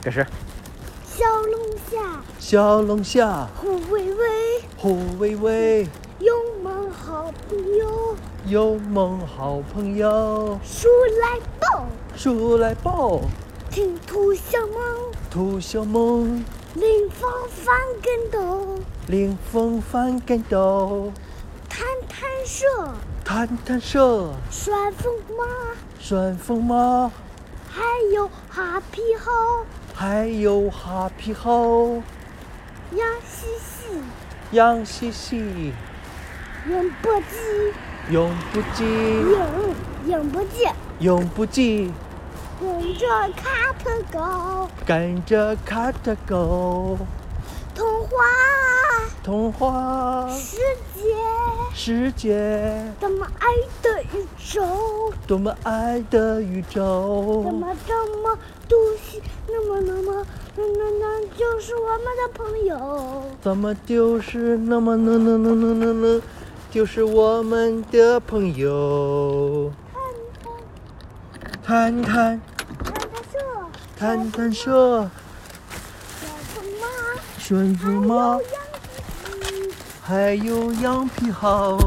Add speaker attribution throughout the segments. Speaker 1: 这是
Speaker 2: 小龙虾，
Speaker 1: 小龙虾，
Speaker 2: 虎威威，
Speaker 1: 虎威威，
Speaker 2: 勇猛好朋友，
Speaker 1: 有梦好朋友，
Speaker 2: 鼠来宝，
Speaker 1: 鼠来宝，
Speaker 2: 金兔小猫，
Speaker 1: 兔小萌，
Speaker 2: 林峰翻跟斗，
Speaker 1: 领风翻跟斗，
Speaker 2: 弹弹射，
Speaker 1: 弹弹射，
Speaker 2: 旋风马，
Speaker 1: 旋风猫，
Speaker 2: 还有哈皮猴，
Speaker 1: 还有哈皮猴，
Speaker 2: 杨西西，
Speaker 1: 杨西西，
Speaker 2: 永不鸡，
Speaker 1: 永不羁，
Speaker 2: 永永不鸡，
Speaker 1: 永不羁，
Speaker 2: 跟着卡特狗，
Speaker 1: 跟着卡着狗，
Speaker 2: 童话
Speaker 1: 童话
Speaker 2: 世界，
Speaker 1: 世界，
Speaker 2: 咱们爱的宇宙。
Speaker 1: 多么爱的宇宙，
Speaker 2: 怎么这么独行？那么那么那那那就是我们的朋友。
Speaker 1: 咱们就是那么那那那那那那，就是我们的朋友。
Speaker 2: 看
Speaker 1: 谈
Speaker 2: 你看，
Speaker 1: 谈
Speaker 2: 看他射，
Speaker 1: 谈谈社，
Speaker 2: 小什么？
Speaker 1: 旋
Speaker 2: 还有
Speaker 1: 风猫，
Speaker 2: 杨子，
Speaker 1: 还有羊皮猴，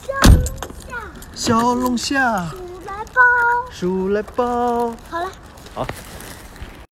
Speaker 2: 小龙虾，
Speaker 1: 小龙虾，
Speaker 2: 鼠来包。
Speaker 1: 鼠来宝。
Speaker 2: 好了，
Speaker 1: 好，